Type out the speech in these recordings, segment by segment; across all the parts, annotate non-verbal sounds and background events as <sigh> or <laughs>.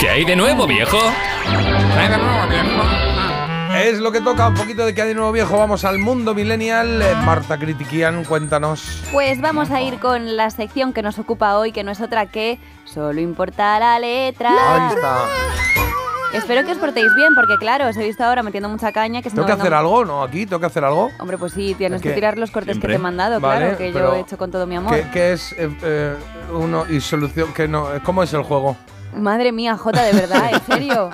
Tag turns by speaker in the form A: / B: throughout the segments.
A: ¿Qué hay de nuevo, viejo?
B: Es lo que toca, un poquito de que hay de nuevo viejo. Vamos al mundo millennial. Eh, Marta Critiquian, cuéntanos.
C: Pues vamos a ir con la sección que nos ocupa hoy, que no es otra que solo importa la letra.
B: Ahí está.
C: Espero que os portéis bien, porque claro, os he visto ahora metiendo mucha caña. Que si
B: ¿Tengo
C: no
B: que
C: venga-
B: hacer algo, no? ¿Aquí? ¿Tengo que hacer algo?
C: Hombre, pues sí, tienes
B: Es
C: que
B: que-
C: tirar los cortes
A: Siempre.
C: que te he mandado,
B: Vale,
C: claro, que
B: pero-
C: yo he hecho con todo mi amor.
B: ¿Qué, qué es eh, eh, uno y solución? que no, ¿Cómo es el juego?
C: Madre mía, Jota, de verdad,
B: <laughs>
C: en serio.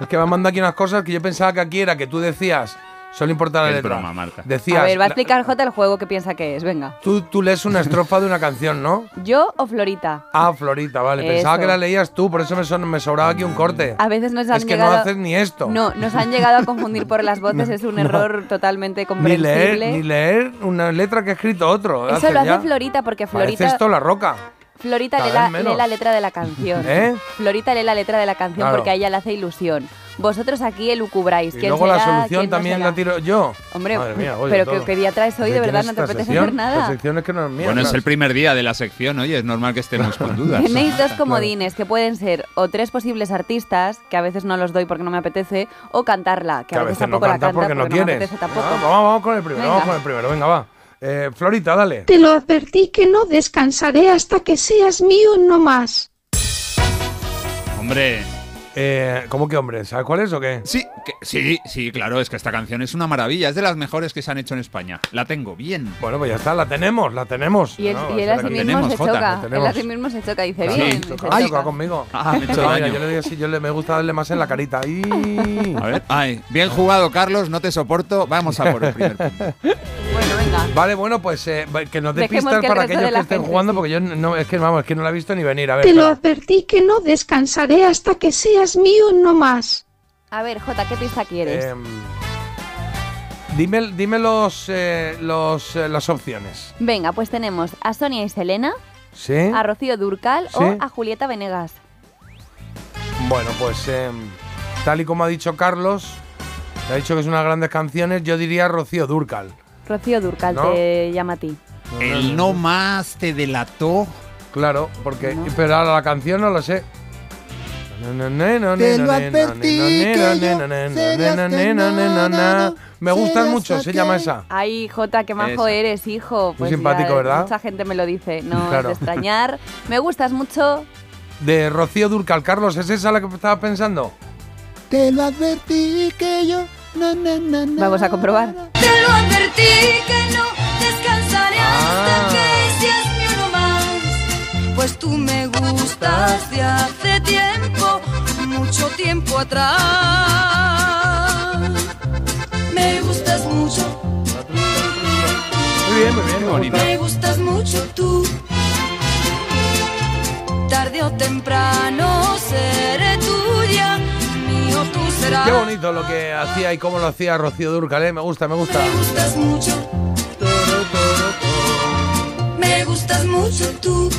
B: Es que me han mandado aquí unas cosas que yo pensaba que aquí era que tú decías, solo importa la
A: Es
B: letra.
A: broma, Marta.
B: Decías,
C: A ver, va a
B: la-
C: explicar Jota el juego que piensa que es, venga.
B: tú, tú lees una estrofa de una canción, ¿no?
C: ¿Yo o Florita?
B: Ah, Florita, vale. Pensaba
C: Eso.
B: que la leías tú, por eso me, son- me sobraba aquí un corte.
C: A veces nos han
B: Es que
C: llegado...
B: no haces ni esto.
C: No, nos han llegado a confundir
B: <laughs>
C: por las voces, es un error totalmente
B: ni
C: comprensible.
B: leer, ni leer una letra que ha escrito otro.
C: Eso lo hace
B: ya.
C: Florita, porque Florita,
B: Parece esto la roca.
C: Florita
B: cada
C: lee,
B: vez
C: la,
B: menos.
C: lee la letra de la canción.
B: ¿Eh?
C: Florita lee la letra de la canción
B: Claro.
C: porque a ella le hace ilusión. Vosotros aquí elucubráis.
B: Y
C: ¿Quién
B: luego la
C: será?
B: solución
C: ¿Quién no
B: también la
C: será?
B: tiro yo.
C: Hombre,
B: Madre mía, oye,
C: pero
B: todo.
C: que, que día traes hoy,
B: ¿Qué
C: de
B: tiene
C: verdad, no
B: esta
C: te apetece
B: sección?
C: hacer
B: La
C: nada.
B: sección es que no es mía.
A: Bueno, es
B: claro.
A: el primer día de la sección, oye, es normal que estemos con dudas.
C: <laughs>
B: <laughs>
C: Tenéis dos comodines, que pueden ser o tres posibles artistas, que a veces no los doy porque no me apetece, o cantarla, que a, veces
B: no
C: tampoco la
B: cantas
C: canta
B: porque no
C: me
B: quieres.
C: apetece tampoco.
B: Vamos, vamos con el primero,
C: Venga.
B: vamos con el primero, venga, va. Eh, Florita, dale.
D: Te lo advertí que no descansaré hasta que seas mío no más.
A: Hombre,
B: Eh, ¿Cómo que hombre? ¿Sabes cuál es o qué?
A: sí, que- sí, sí, claro, es que esta canción es una maravilla, es de las mejores que se han hecho en España. La tengo bien.
B: Bueno, pues ya está, la tenemos, la tenemos.
C: Y él,
B: No,
C: y él
B: esa
C: a
B: es la
C: sí
B: que
C: mismo
A: tenemos,
C: se
A: Jota,
C: choca,
B: la
C: él
B: tenemos.
C: a sí mismo se choca, dice
B: Claro,
C: bien,
A: sí,
C: se
B: Choca,
C: choca.
B: choca conmigo.
A: Ah, me he hecho
B: Mira,
A: daño.
B: yo, le doy así, yo le- me gusta darle más en la carita. Y...
A: A ver, <laughs> ay, bien jugado, Carlos, no te soporto. Vamos a por el primer punto.
C: Bueno, venga.
B: Vale, bueno, pues eh, que nos dé
C: Dejemos
B: pistas
C: que el
B: para
C: resto
B: aquellos
C: de
B: que
C: la
B: estén
C: gente,
B: jugando,
C: sí.
B: porque yo no, es que vamos, es que no la he visto ni venir. A ver,
D: Te lo
B: espera.
D: advertí que no descansaré hasta que seas mío no más.
C: A ver, Jota, ¿qué pista quieres?
B: Em, dime, dime los, eh, los, eh, las opciones.
C: Venga, pues tenemos a Sonia y Selena,
B: ¿Sí?
C: a Rocío Durcal
B: ¿Eh? Sí.
C: o a Julieta Venegas.
B: Bueno, pues em, tal y como ha dicho Carlos, que ha dicho que es unas grandes canciones, yo diría Rocío Durcal.
C: Rocío Durcal
B: No.
C: te llama a ti.
A: <laughs> El no más te delató.
B: Em, Claro, porque.
C: No.
B: Pero ahora la canción no lo sé.
E: Te lo advertí que yo
B: Me gustan
E: serás
B: mucho, se
E: aquel-
B: llama esa.
C: Ay, Jota, qué majo
A: Esa.
C: eres, hijo. Pues ya
B: simpático, ¿verdad?
C: Mucha gente me lo dice, no es
B: Claro. <laughs>
C: de extrañar. Me gustas mucho.
B: De Rocío Durcal. Carlos, ¿es esa la que estabas pensando?
E: Te lo advertí que yo. na, na, na, na,
C: Vamos a comprobar.
E: na, na.
F: Te lo advertí que no descansaré hasta
B: Ah.
F: que seas mío no más. Pues tú me gustas de hace tiempo, mucho tiempo atrás. Me gustas mucho,
B: Muy bien, muy bien.
A: bonito.
F: me gustas mucho tú. Tarde o temprano seré tuya, mío tú serás.
B: Qué bonito lo que hacía y cómo lo hacía Rocío Durcal, ¿eh? Me gusta, me gusta.
F: Me gustas mucho, me gustas mucho tú.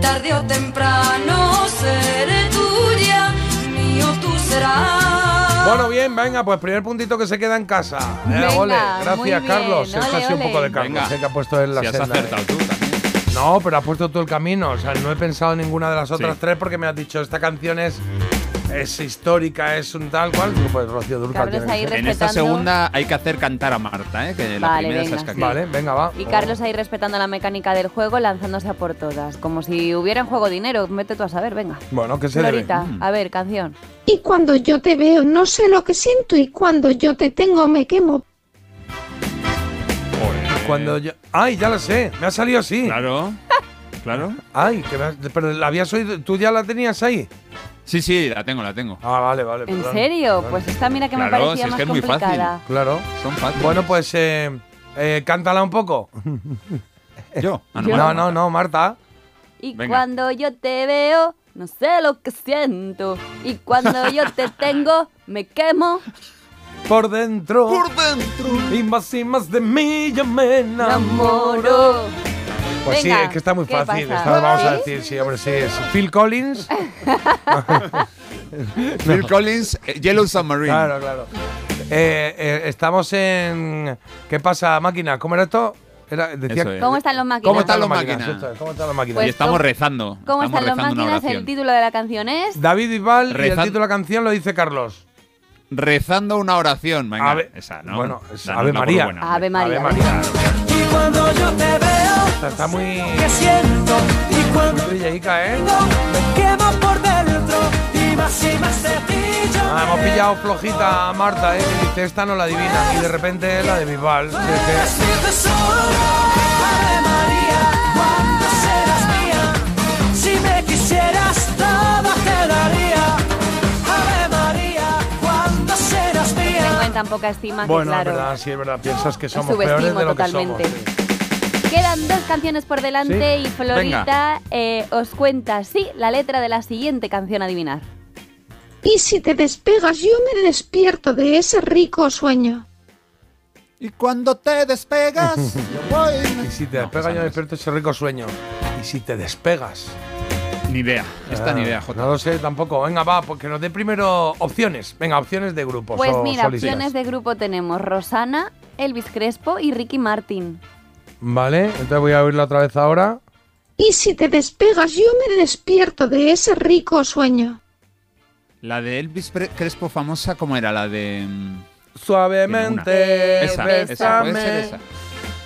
F: Tarde o temprano seré tuya, mío tú serás.
B: Bueno, bien, venga, pues primer puntito que se queda en casa. Eh,
C: Venga,
B: ole,
C: muy
B: gracias,
C: bien,
B: Carlos. Esto
C: ole,
B: ha sido un
C: ole.
B: poco de Carlos,
A: Venga.
B: sé que ha puesto en la
A: Si has
B: senda, ¿eh?
A: acertado tú también.
B: No, pero has puesto tú el camino. O sea, no he pensado en ninguna de las otras
A: Sí.
B: tres porque me has dicho, esta canción es, es histórica, es un tal cual. Digo, Pues Rocío Durcal.
C: Carlos
B: tiene que
C: ahí
B: ser.
A: En esta
C: Respetando.
A: segunda hay que hacer cantar a Marta, ¿eh? que la
C: Vale,
A: primera
C: venga,
A: se ha
C: sí.
B: Vale, venga, va.
C: Y Carlos ahí respetando la mecánica del juego, lanzándose a por todas. Como si hubiera en juego dinero. Vete tú a saber, venga.
B: Bueno, que se debe.
C: Florita,
A: Mm.
C: a ver, canción.
D: Y cuando yo te veo no sé lo que siento y cuando yo te tengo me quemo.
B: Cuando yo. ¡Ay, ya lo sé! Me ha salido así.
A: Claro, claro.
B: ¡Ay! Que me has- Pero la habías oído. ¿Tú ya la tenías ahí?
A: Sí, sí, la tengo, la tengo.
B: Ah, vale, vale.
C: ¿En
B: perdón.
C: serio?
B: Perdón.
C: Pues esta mira que me
A: Claro,
C: parecía
A: si es
C: más
A: que es muy fácil.
C: complicada.
B: Claro.
A: Son fáciles.
B: Bueno, pues. Eh, eh, cántala un poco.
A: yo. Ah, no,
C: Yo-
B: No,
A: Marta.
B: no, no, Marta.
C: Y
A: Venga.
C: cuando yo te veo, no sé lo que siento. Y cuando yo
B: <laughs>
C: te tengo, me quemo.
B: Por dentro.
A: Por dentro.
B: Y más y más de mí yo me
C: Me
B: enamoro.
C: amoro.
B: Pues sí,
C: Venga,
B: es que está muy
C: ¿qué
B: fácil.
C: pasa?
B: está- vamos a
C: ¿Sí?
B: decir, sí, hombre, sí. Es Phil Collins.
A: Phil Collins, eh, Yellow Submarine.
B: Claro, claro. Eh, eh, estamos en. ¿Qué pasa, máquina? ¿Cómo era esto? Era- decía,
A: Eso es.
C: ¿Cómo están los máquinas?
A: ¿Cómo están los máquinas?
B: Esto es, ¿Cómo están las máquinas?
A: y
C: Pues,
A: estamos
C: ¿cómo-
A: rezando.
C: ¿Cómo
A: estamos
C: están los
A: rezando
C: máquinas?
A: una
C: El
A: oración.
C: título de la canción es...
B: David Bisbal y el
A: Rezan-
B: título de la canción lo dice Carlos.
A: Rezando una oración. Venga,
B: Ave-
A: esa, ¿no?
B: bueno, es
A: Danosla
B: Ave
A: por
B: María.
A: buena, hombre.
C: Ave María.
B: Ave María.
G: Y cuando yo te veo,
B: Está, está muy.
G: que siento. Y
B: muy
G: cuando
B: trillaica, ¿eh?
G: me quemo por dentro, y más y más de ti yo
B: Ah,
G: me
B: hemos pillado flojita a Marta, ¿eh? Que dice, esta no la adivina. Y de repente la de Bisbal. Es
C: Ah,
B: que-
G: Mi tesoro, Ave María, ¿cuándo serás mía? Si me quisieras, todo te daría. Ave María, ¿cuándo serás mía?
C: Tengo en tan poca estima que,
B: Bueno,
C: claro,
B: es verdad, sí, es verdad. Piensas que somos peores
C: subestimo
B: de lo que
C: totalmente.
B: somos. sí.
C: Quedan dos canciones por delante
B: ¿Sí?
C: y Florita eh, os cuenta, sí, la letra de la siguiente canción a adivinar.
D: Y si te despegas, yo me despierto de ese rico sueño.
E: Y cuando te despegas,
B: <laughs>
E: yo voy.
B: Y si te
A: No, pues
B: despegas,
A: esa
B: yo
A: no
B: me
A: es.
B: despierto ese rico sueño. Y si te despegas. Ah,
A: Ni idea. Esta ni idea, Jota.
B: No lo sé tampoco. Venga, va, porque nos dé primero opciones. Venga, opciones de grupos.
C: Pues
B: o
C: mira,
B: solistas.
C: opciones de grupo tenemos Rosana, Elvis Crespo y Ricky Martin.
B: Vale, entonces voy a oírla otra vez ahora.
D: Y si te despegas, yo me despierto de ese rico sueño.
A: La de Elvis Pre- Crespo famosa, ¿cómo era? La de. mm,
B: Suavemente.
A: Esa, esa,
B: bésame.
A: puede ser esa.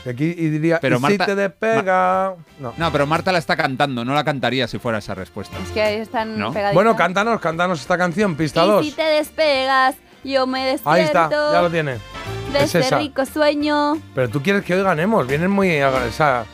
B: Y aquí y diría,
A: Pues, Pero
B: y
A: Marta-
B: si te despega. No.
A: No, pero Marta la está cantando, no la cantaría si fuera esa respuesta.
C: Es que ahí están
A: No.
C: pegaditas.
B: Bueno, cántanos, cántanos esta canción, pista
C: Y si
B: 2.
C: te despegas, yo me despierto
B: Ahí está, ya lo tiene.
C: de
B: es
C: este
B: esa.
C: rico sueño.
B: Pero tú quieres que hoy ganemos, vienen muy. agra- O sea,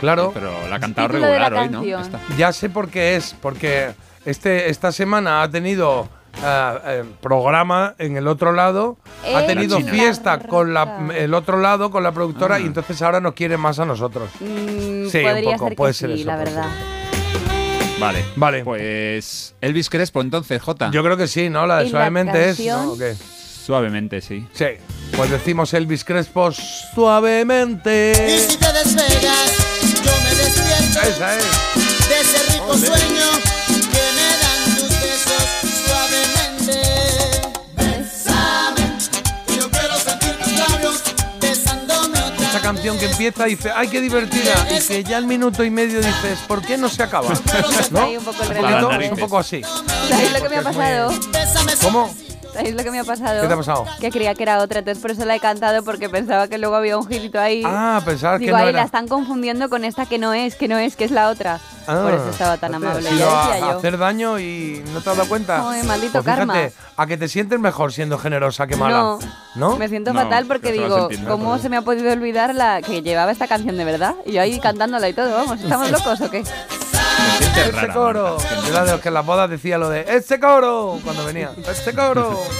B: claro,
A: Pero la ha cantado
C: Título de la
A: regular hoy, ¿no?
C: canción.
A: Esta.
B: ya sé por qué es, porque este, esta semana ha tenido ah, eh, programa en el otro lado, ha
C: Es
B: tenido
A: la
B: fiesta con la,
C: roca.
B: el otro lado, con la productora,
A: Ah.
B: y entonces ahora nos quiere más a nosotros.
C: Mm,
B: Sí, un
C: podría
B: poco,
C: ser que
B: puede
C: sí,
B: ser eso,
C: la
B: puede ser
C: verdad.
A: Vale.
B: Vale.
A: Pues Elvis Crespo, entonces, Jota.
B: Yo creo que sí, ¿no? La de
C: ¿Y la
B: suavemente es.
C: canción?
B: ¿no? ¿O qué?
A: Suavemente, sí.
B: Sí, pues decimos Elvis Crespo suavemente.
E: Y si te despegas, yo me despierto
B: Esa es.
E: de ese rico sueño que me dan tus besos suavemente. Bésame, yo quiero sentir tus labios besándome otra
B: Esa canción que empieza y dice, ¡ay, qué divertida! Y que ya al minuto y medio dices, ¿por qué no se acaba?
C: <laughs>
B: ¿No?
C: Ahí un poco el
B: Un
C: reloj,
B: poquito,
A: ¿eh?
B: es
C: <laughs>
B: un poco así.
C: ¿Sabéis lo que me
B: Porque
C: ha
B: es
C: pasado?
B: ¿Cómo?
C: ¿Sabéis lo que me ha pasado?
B: ¿Qué te ha pasado?
C: Que creía que era otra, entonces por eso la he cantado porque pensaba que luego había un girito ahí.
B: Ah, pensabas que
C: Digo,
B: no
C: ahí la
B: era.
C: están confundiendo con esta que no es, que no es, que es la otra.
B: Ah,
C: por eso estaba tan
B: fíjate,
C: amable.
B: has ido
C: Ya
B: a-
C: decía
B: a
C: yo.
B: hacer daño y no te has dado cuenta.
C: Ay, maldito
B: Pues
C: karma.
B: fíjate, a que te sientes mejor siendo generosa que mala.
C: No,
B: ¿No?
C: me siento
A: No,
C: fatal porque
A: pero se lo
C: digo,
A: has entendido,
C: ¿cómo se me ha podido olvidar la que llevaba esta canción de verdad? Y yo ahí cantándola y todo, vamos, ¿estamos locos o qué?
A: Te sientes
B: ¡Ese
A: rara,
B: coro!
A: Marta.
B: Yo era de los que en las bodas decía lo de ¡Ese coro! Cuando venía. ¡Ese coro!
A: <laughs>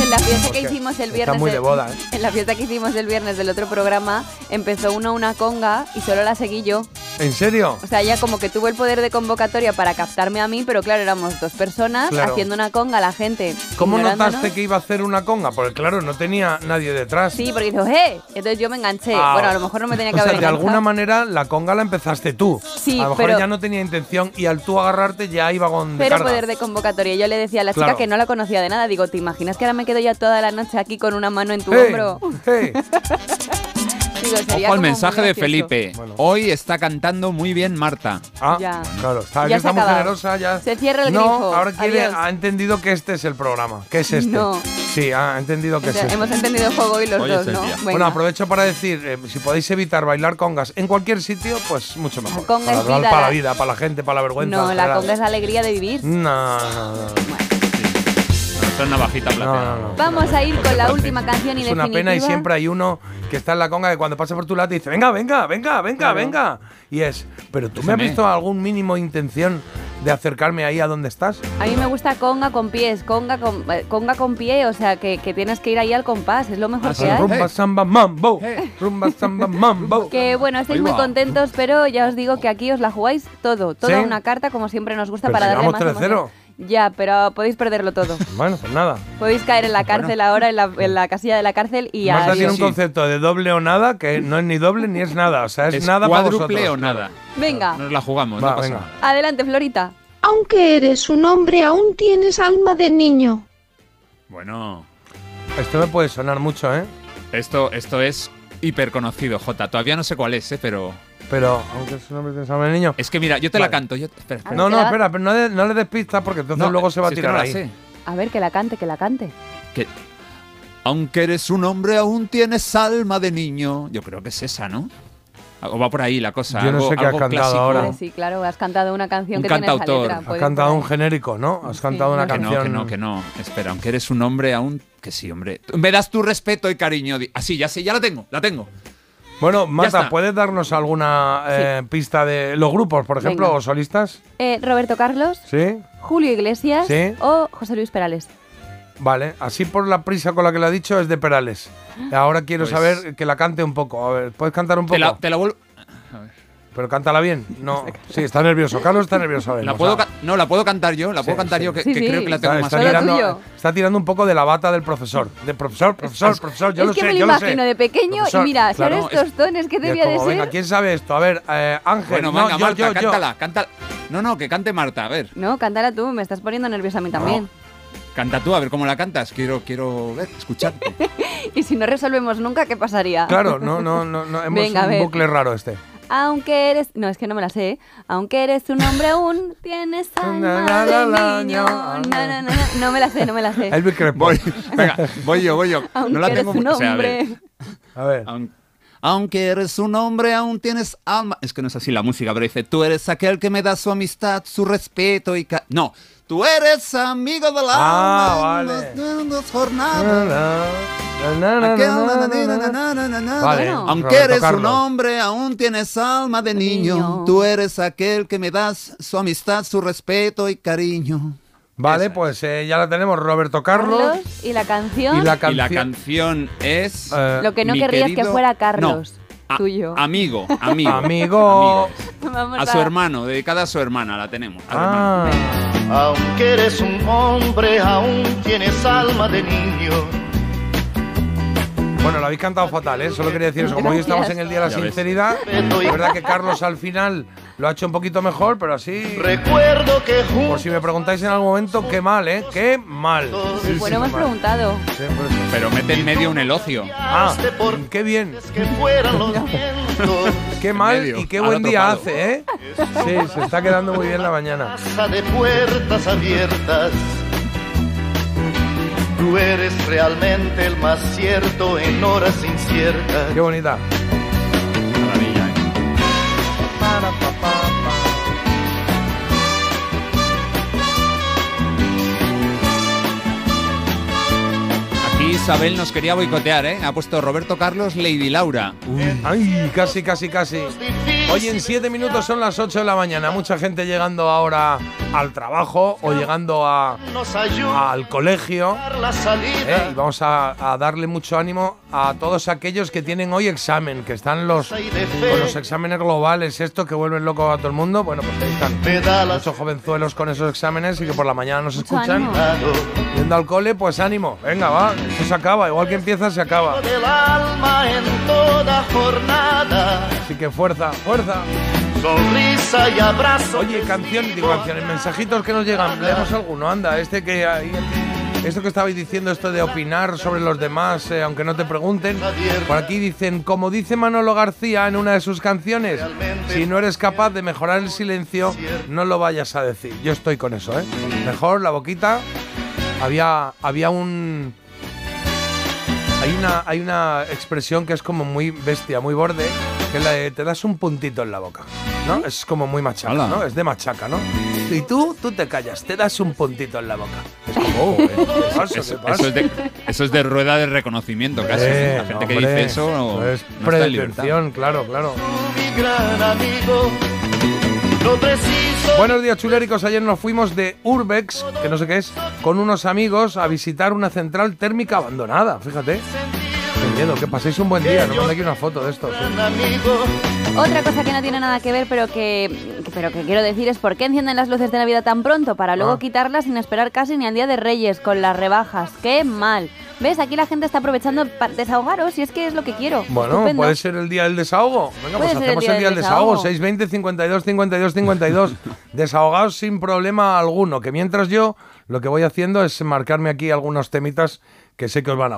C: En la fiesta que
B: Porque
C: hicimos el
B: está
C: viernes.
B: muy de
C: del-
B: boda, ¿eh?
C: En la fiesta que hicimos el viernes del otro programa, empezó uno una conga y solo la seguí yo.
B: ¿En serio?
C: O sea, ya como que tuvo el poder de convocatoria para captarme a mí, pero claro, éramos dos personas
B: Claro.
C: haciendo una conga, la gente.
B: ¿Cómo
C: ignorándonos.
B: notaste que iba a hacer una conga? Porque claro, no tenía nadie detrás.
C: Sí, porque dijo, ¡eh! Entonces yo me enganché.
B: Ah.
C: Bueno, a lo mejor no me tenía
B: O
C: que
B: sea,
C: haber
B: de alguna
C: enganchado.
B: manera la conga la empezaste tú.
C: Sí,
B: a lo mejor
C: pero-
B: ya no tenía intención y al tú agarrarte ya iba con de
C: Pero
B: carga.
C: poder de convocatoria. Yo le decía a la chica
B: Claro.
C: que no la conocía de nada, digo, ¿te imaginas que ahora me quedo ya toda la noche aquí con una mano en tu
B: ¡Hey!
C: hombro? <laughs>
B: ¡Hey!
C: Digo, sería
A: Ojo
C: como
A: al
C: muy
A: mensaje de
C: gracioso.
A: Felipe.
B: Bueno.
A: Hoy está cantando muy bien Marta.
B: Ah,
C: Ya.
B: claro, está,
C: Ya
B: que
C: se ha
B: está muy
C: acabado.
B: generosa ya.
C: Se cierra el
B: no,
C: grifo.
B: ahora quiere,
C: Adiós.
B: ha entendido que este es el programa, que es este.
C: No.
B: Sí, ha entendido que
C: O sea,
B: es este.
C: hemos entendido el juego y los
A: Hoy es
C: dos,
A: el
C: ¿no?
A: día.
B: Bueno,
C: Venga.
B: aprovecho para decir, eh, si podéis evitar bailar congas en cualquier sitio, pues mucho mejor.
C: La conga
B: para,
C: es vida,
B: para la
C: la-
B: vida, para la gente, para la vergüenza.
C: No, la
B: para-
C: conga es la alegría de vivir.
B: Mm. No, no, no.
A: Esa es navajita plateada.
B: No, no, no.
C: Vamos a ir con la última canción y
B: Es una pena y
C: definitiva.
B: siempre hay uno que está en la conga que cuando pasa por tu lado te dice, venga, venga, venga, venga, venga. Y es, pero tú me has
A: Déjame.
B: visto algún mínimo intención de acercarme ahí a donde estás.
C: A mí me gusta conga con pies, conga con, eh, conga con pie, o sea, que, que tienes que ir ahí al compás, es lo mejor
A: Ah, sí.
C: que hay.
B: Rumba
A: Hey.
B: samba mambo,
A: Hey.
B: rumba samba
A: <laughs>
B: mambo.
C: Que bueno, estáis
A: Ahí
C: muy
A: va.
C: contentos, pero ya os digo que aquí os la jugáis todo, toda
B: ¿Sí?
C: una carta, como siempre nos gusta
B: Pero
C: para
B: si
C: darle
B: llevamos
C: más
B: 3-0.
C: emoción. Ya, pero podéis perderlo todo.
B: Bueno, pues nada.
C: Podéis caer en la cárcel ahora, en la, en la casilla de la cárcel y
B: Marta
C: adiós.
B: tiene un concepto de doble o nada que no es ni doble ni es nada. O sea, es,
A: Es
B: nada para vosotros.
A: cuádruple o nada.
C: Venga.
A: Nos la jugamos.
B: Va,
A: no pasa
B: venga.
A: nada.
C: Adelante, Florita.
D: Aunque eres un hombre, aún tienes alma de niño.
A: Bueno,
B: Esto me puede sonar mucho, ¿eh?
A: esto, esto es hiper conocido, Jota. Todavía no sé cuál es, ¿eh? pero.
B: Pero, aunque es un hombre pensaba en el niño.
A: Es que mira, yo te
B: Vale.
A: la canto. Yo... Espera, espera.
B: No, no,
C: ¿Te da?
B: espera, pero no, de- no le des pistas porque entonces luego se va a
A: si es que
B: tirar
A: no la
B: ahí.
A: sé.
C: A ver, que la cante, que la cante.
A: Que- Aunque eres un hombre, aún tienes alma de niño. Yo creo que es esa, ¿no? O va por ahí la cosa.
B: Yo no
A: algo-
B: sé qué has
A: algo
B: cantado
A: clásico.
B: Ahora.
C: Vale, sí, claro, has cantado una canción
A: Un
C: que tiene esa
A: cantautor.
C: letra.
A: Has
B: Has
C: puede
B: cantado
C: ser.
B: un genérico, ¿no? Has
C: Sí,
B: cantado una
C: no
A: Que
C: sé.
A: no,
B: canción.
A: que no, que no. Espera, aunque eres un hombre, aún. Que sí, hombre. Me das tu respeto y cariño. Di- Así, ya sé, ya la tengo, la tengo.
B: Bueno, Marta,
A: está.
B: ¿puedes darnos alguna eh, pista de los grupos, por ejemplo,
C: Venga.
B: o solistas?
C: Eh, Roberto Carlos,
B: ¿Sí?
C: Julio Iglesias
B: Sí.
C: o José Luis Perales.
B: Vale, así por la prisa con la que la ha dicho es de Perales. Ahora quiero
A: Pues-
B: saber que la cante un poco. A ver, ¿puedes cantar un poco?
A: Te la, te la vuelvo.
B: Pero cántala bien. No, <laughs> sí, está nervioso. Carlos está nervioso. ahora
A: La
B: mismo,
A: puedo
B: o sea,
A: ca- no, la puedo cantar yo, la
B: Pues
A: puedo
B: Sí,
A: cantar
B: sí.
A: yo, que,
C: Sí,
A: que
C: sí.
A: creo que la
B: está,
A: tengo más
B: está
C: Solo
A: clara.
B: tirando,
C: tuyo.
B: está tirando un poco de la bata del profesor. De profesor, profesor, profesor, yo
C: es
B: lo
C: que
B: sé,
C: me lo
B: yo
C: imagino
B: sé.
C: de pequeño
B: Profesor,
C: y mira, si ahora
A: claro,
C: estos dones que
B: Y es
C: debía de
B: como,
C: ser.
B: Venga, ¿quién sabe esto? A ver, eh, Ángel.
A: Bueno,
B: no,
A: venga,
B: yo,
A: Marta,
B: yo, yo.
A: cántala, cántala. No, no, que cante Marta, a ver.
C: No, cántala tú, me estás poniendo nerviosa a mí también.
A: Canta tú, a ver cómo la cantas. Quiero, quiero ver, escucharte.
C: Y si no resolvemos nunca, ¿qué pasaría?
B: Claro, no, no, no, no, hemos
C: Venga, a
B: un
C: ver.
B: bucle raro este.
C: Aunque eres. No, es que no me la sé. ¿eh? Aunque eres un hombre aún, tienes alma
B: Na, na, na,
C: de niño.
B: na,
C: Na,
B: na.
C: na, na, na. No me la sé, no me
B: <laughs>
C: la sé.
B: Elvis Crespo.
A: Voy, venga, voy yo, voy yo.
C: Aunque
A: no la
C: eres
A: tengo
C: un
A: o sea, a ver.
C: hombre.
B: A ver.
A: Aun- Aunque eres un hombre, aún tienes alma. Es que no es así la música, pero dice: Tú eres aquel que me da su amistad, su respeto y. ca-". No, tú eres amigo del
B: Ah,
A: alma.
B: vale.
A: de las jornadas.
B: Na, na, na, na,
A: Aquel
B: na,
A: na,
B: na,
A: na, na,
B: na, na.
A: na, na, na, na.
B: Vale,
C: Bueno.
A: Aunque
B: Roberto
A: eres un
B: Carlos.
A: hombre, aún tienes alma de niño.
C: Niño.
A: Tú eres aquel que me das su amistad, su respeto y cariño.
B: Vale, pues eh, ya la tenemos, Roberto Carlos.
C: Carlos y la canción.
B: Y la canción.
A: canción es.
B: eh,
C: Lo que no
A: Mi
C: querrías que
A: querido-
C: fuera
A: No.
C: Carlos.
A: a-
C: Tuyo.
A: Amigo,
B: Amigo.
A: amigo. Amigo.
C: <laughs> Vamos
A: A su hermano, dedicada a su hermana, la tenemos. al hermano.
B: Ah,
H: Aunque eres un hombre, aún tienes alma de niño.
B: bueno, lo habéis cantado fatal, ¿eh? Solo quería decir eso. Como hoy
C: Gracias.
B: estamos en el Día de la
A: Ya ves.
B: Sinceridad, la verdad que Carlos al final lo ha hecho un poquito mejor, pero así.
H: Recuerdo que
B: Por
H: juntos
B: si me preguntáis en algún momento, qué mal, ¿eh? Qué mal. Sí, sí,
C: Bueno, hemos
B: mal.
C: preguntado.
B: Sí, pues-
A: Pero mete en medio un elocio.
B: Ah,
H: guiaste por
B: qué bien.
H: que fueran los vientos.
B: Qué mal
A: medio,
B: y qué
A: al
B: buen
A: otro
B: día
A: palo.
B: hace, ¿eh? Sí, se está quedando muy bien la mañana.
H: Casa de puertas abiertas. Tú eres realmente el más cierto en horas inciertas.
B: Qué bonita.
A: Maravilla, ¿eh? Aquí Isabel nos quería boicotear, ¿eh? Ha puesto Roberto Carlos, Lady Laura.
B: Ay, casi, casi, casi. Oye, en siete minutos son las 8 de la mañana. Mucha gente llegando ahora al trabajo o llegando a-
H: Nos ayuda
B: al colegio.
H: a dar la salida.
B: ¿eh? Y vamos a, a darle mucho ánimo a todos aquellos que tienen hoy examen, que están los,
H: Y de fe
B: con los exámenes globales, estos que vuelven loco a todo el mundo. Bueno, pues ahí están.
H: me da la
B: Muchos jovenzuelos con esos exámenes y que por la mañana nos
C: Mucho
B: escuchan.
C: ánimo.
B: Yendo al cole, pues ánimo. Venga, va. Esto se acaba. Igual que empieza, se acaba.
H: del alma en toda jornada.
B: Así que fuerza, fuerza.
H: Sonrisa y abrazo.
B: Oye, canciones, digo canciones, mensajitos que nos llegan. Leemos alguno, anda. Este que ahí- Esto que estabais diciendo, esto de opinar sobre los demás, eh, aunque no te pregunten. Por aquí dicen, como dice Manolo García en una de sus canciones, si no eres capaz de mejorar el silencio, no lo vayas a decir. Yo estoy con eso, ¿eh? Mejor la boquita. Había, había un... Hay una, hay una expresión que es como muy bestia, muy borde, que es la de te das un puntito en la boca, ¿no? Es como muy machaca,
A: Hala.
B: ¿no? Es de machaca, ¿no? Y tú, tú te callas, te das un puntito en la boca. Es como, oh, ¿eh? ¿Qué pasa? ¿Qué
A: Eso,
B: pasa?
A: eso es de, eso es de rueda de reconocimiento, casi.
B: Eh,
A: La gente
B: no,
A: que
B: hombre,
A: dice eso no,
B: es
A: no está en libertad.
B: predetención, claro, claro.
H: mi gran amigo. No preciso
B: Buenos días, chuléricos. Ayer nos fuimos de Urbex, que no sé qué es, con unos amigos a visitar una central térmica abandonada. Fíjate. Qué miedo, que paséis un buen día. No mandé aquí una foto de esto. sí.
H: gran amigo.
C: Otra cosa que no tiene nada que ver, pero que, que- pero que quiero decir es por qué encienden las luces de Navidad tan pronto para luego
B: Ah.
C: quitarlas sin esperar casi ni al Día de Reyes con las rebajas. ¡Qué mal! ¿Ves? Aquí la gente está aprovechando para desahogaros y es que es lo que quiero.
B: Bueno,
C: Estupendo.
B: puede ser el día del desahogo. Venga, pues
C: Puede ser el
B: hacemos
C: día
B: el día del
C: del
B: desahogo.
C: desahogo.
B: 620 52 52
C: <laughs>
B: 52. Desahogaos sin problema alguno. Que mientras yo lo que voy haciendo es marcarme aquí algunos temitas que sé que os van a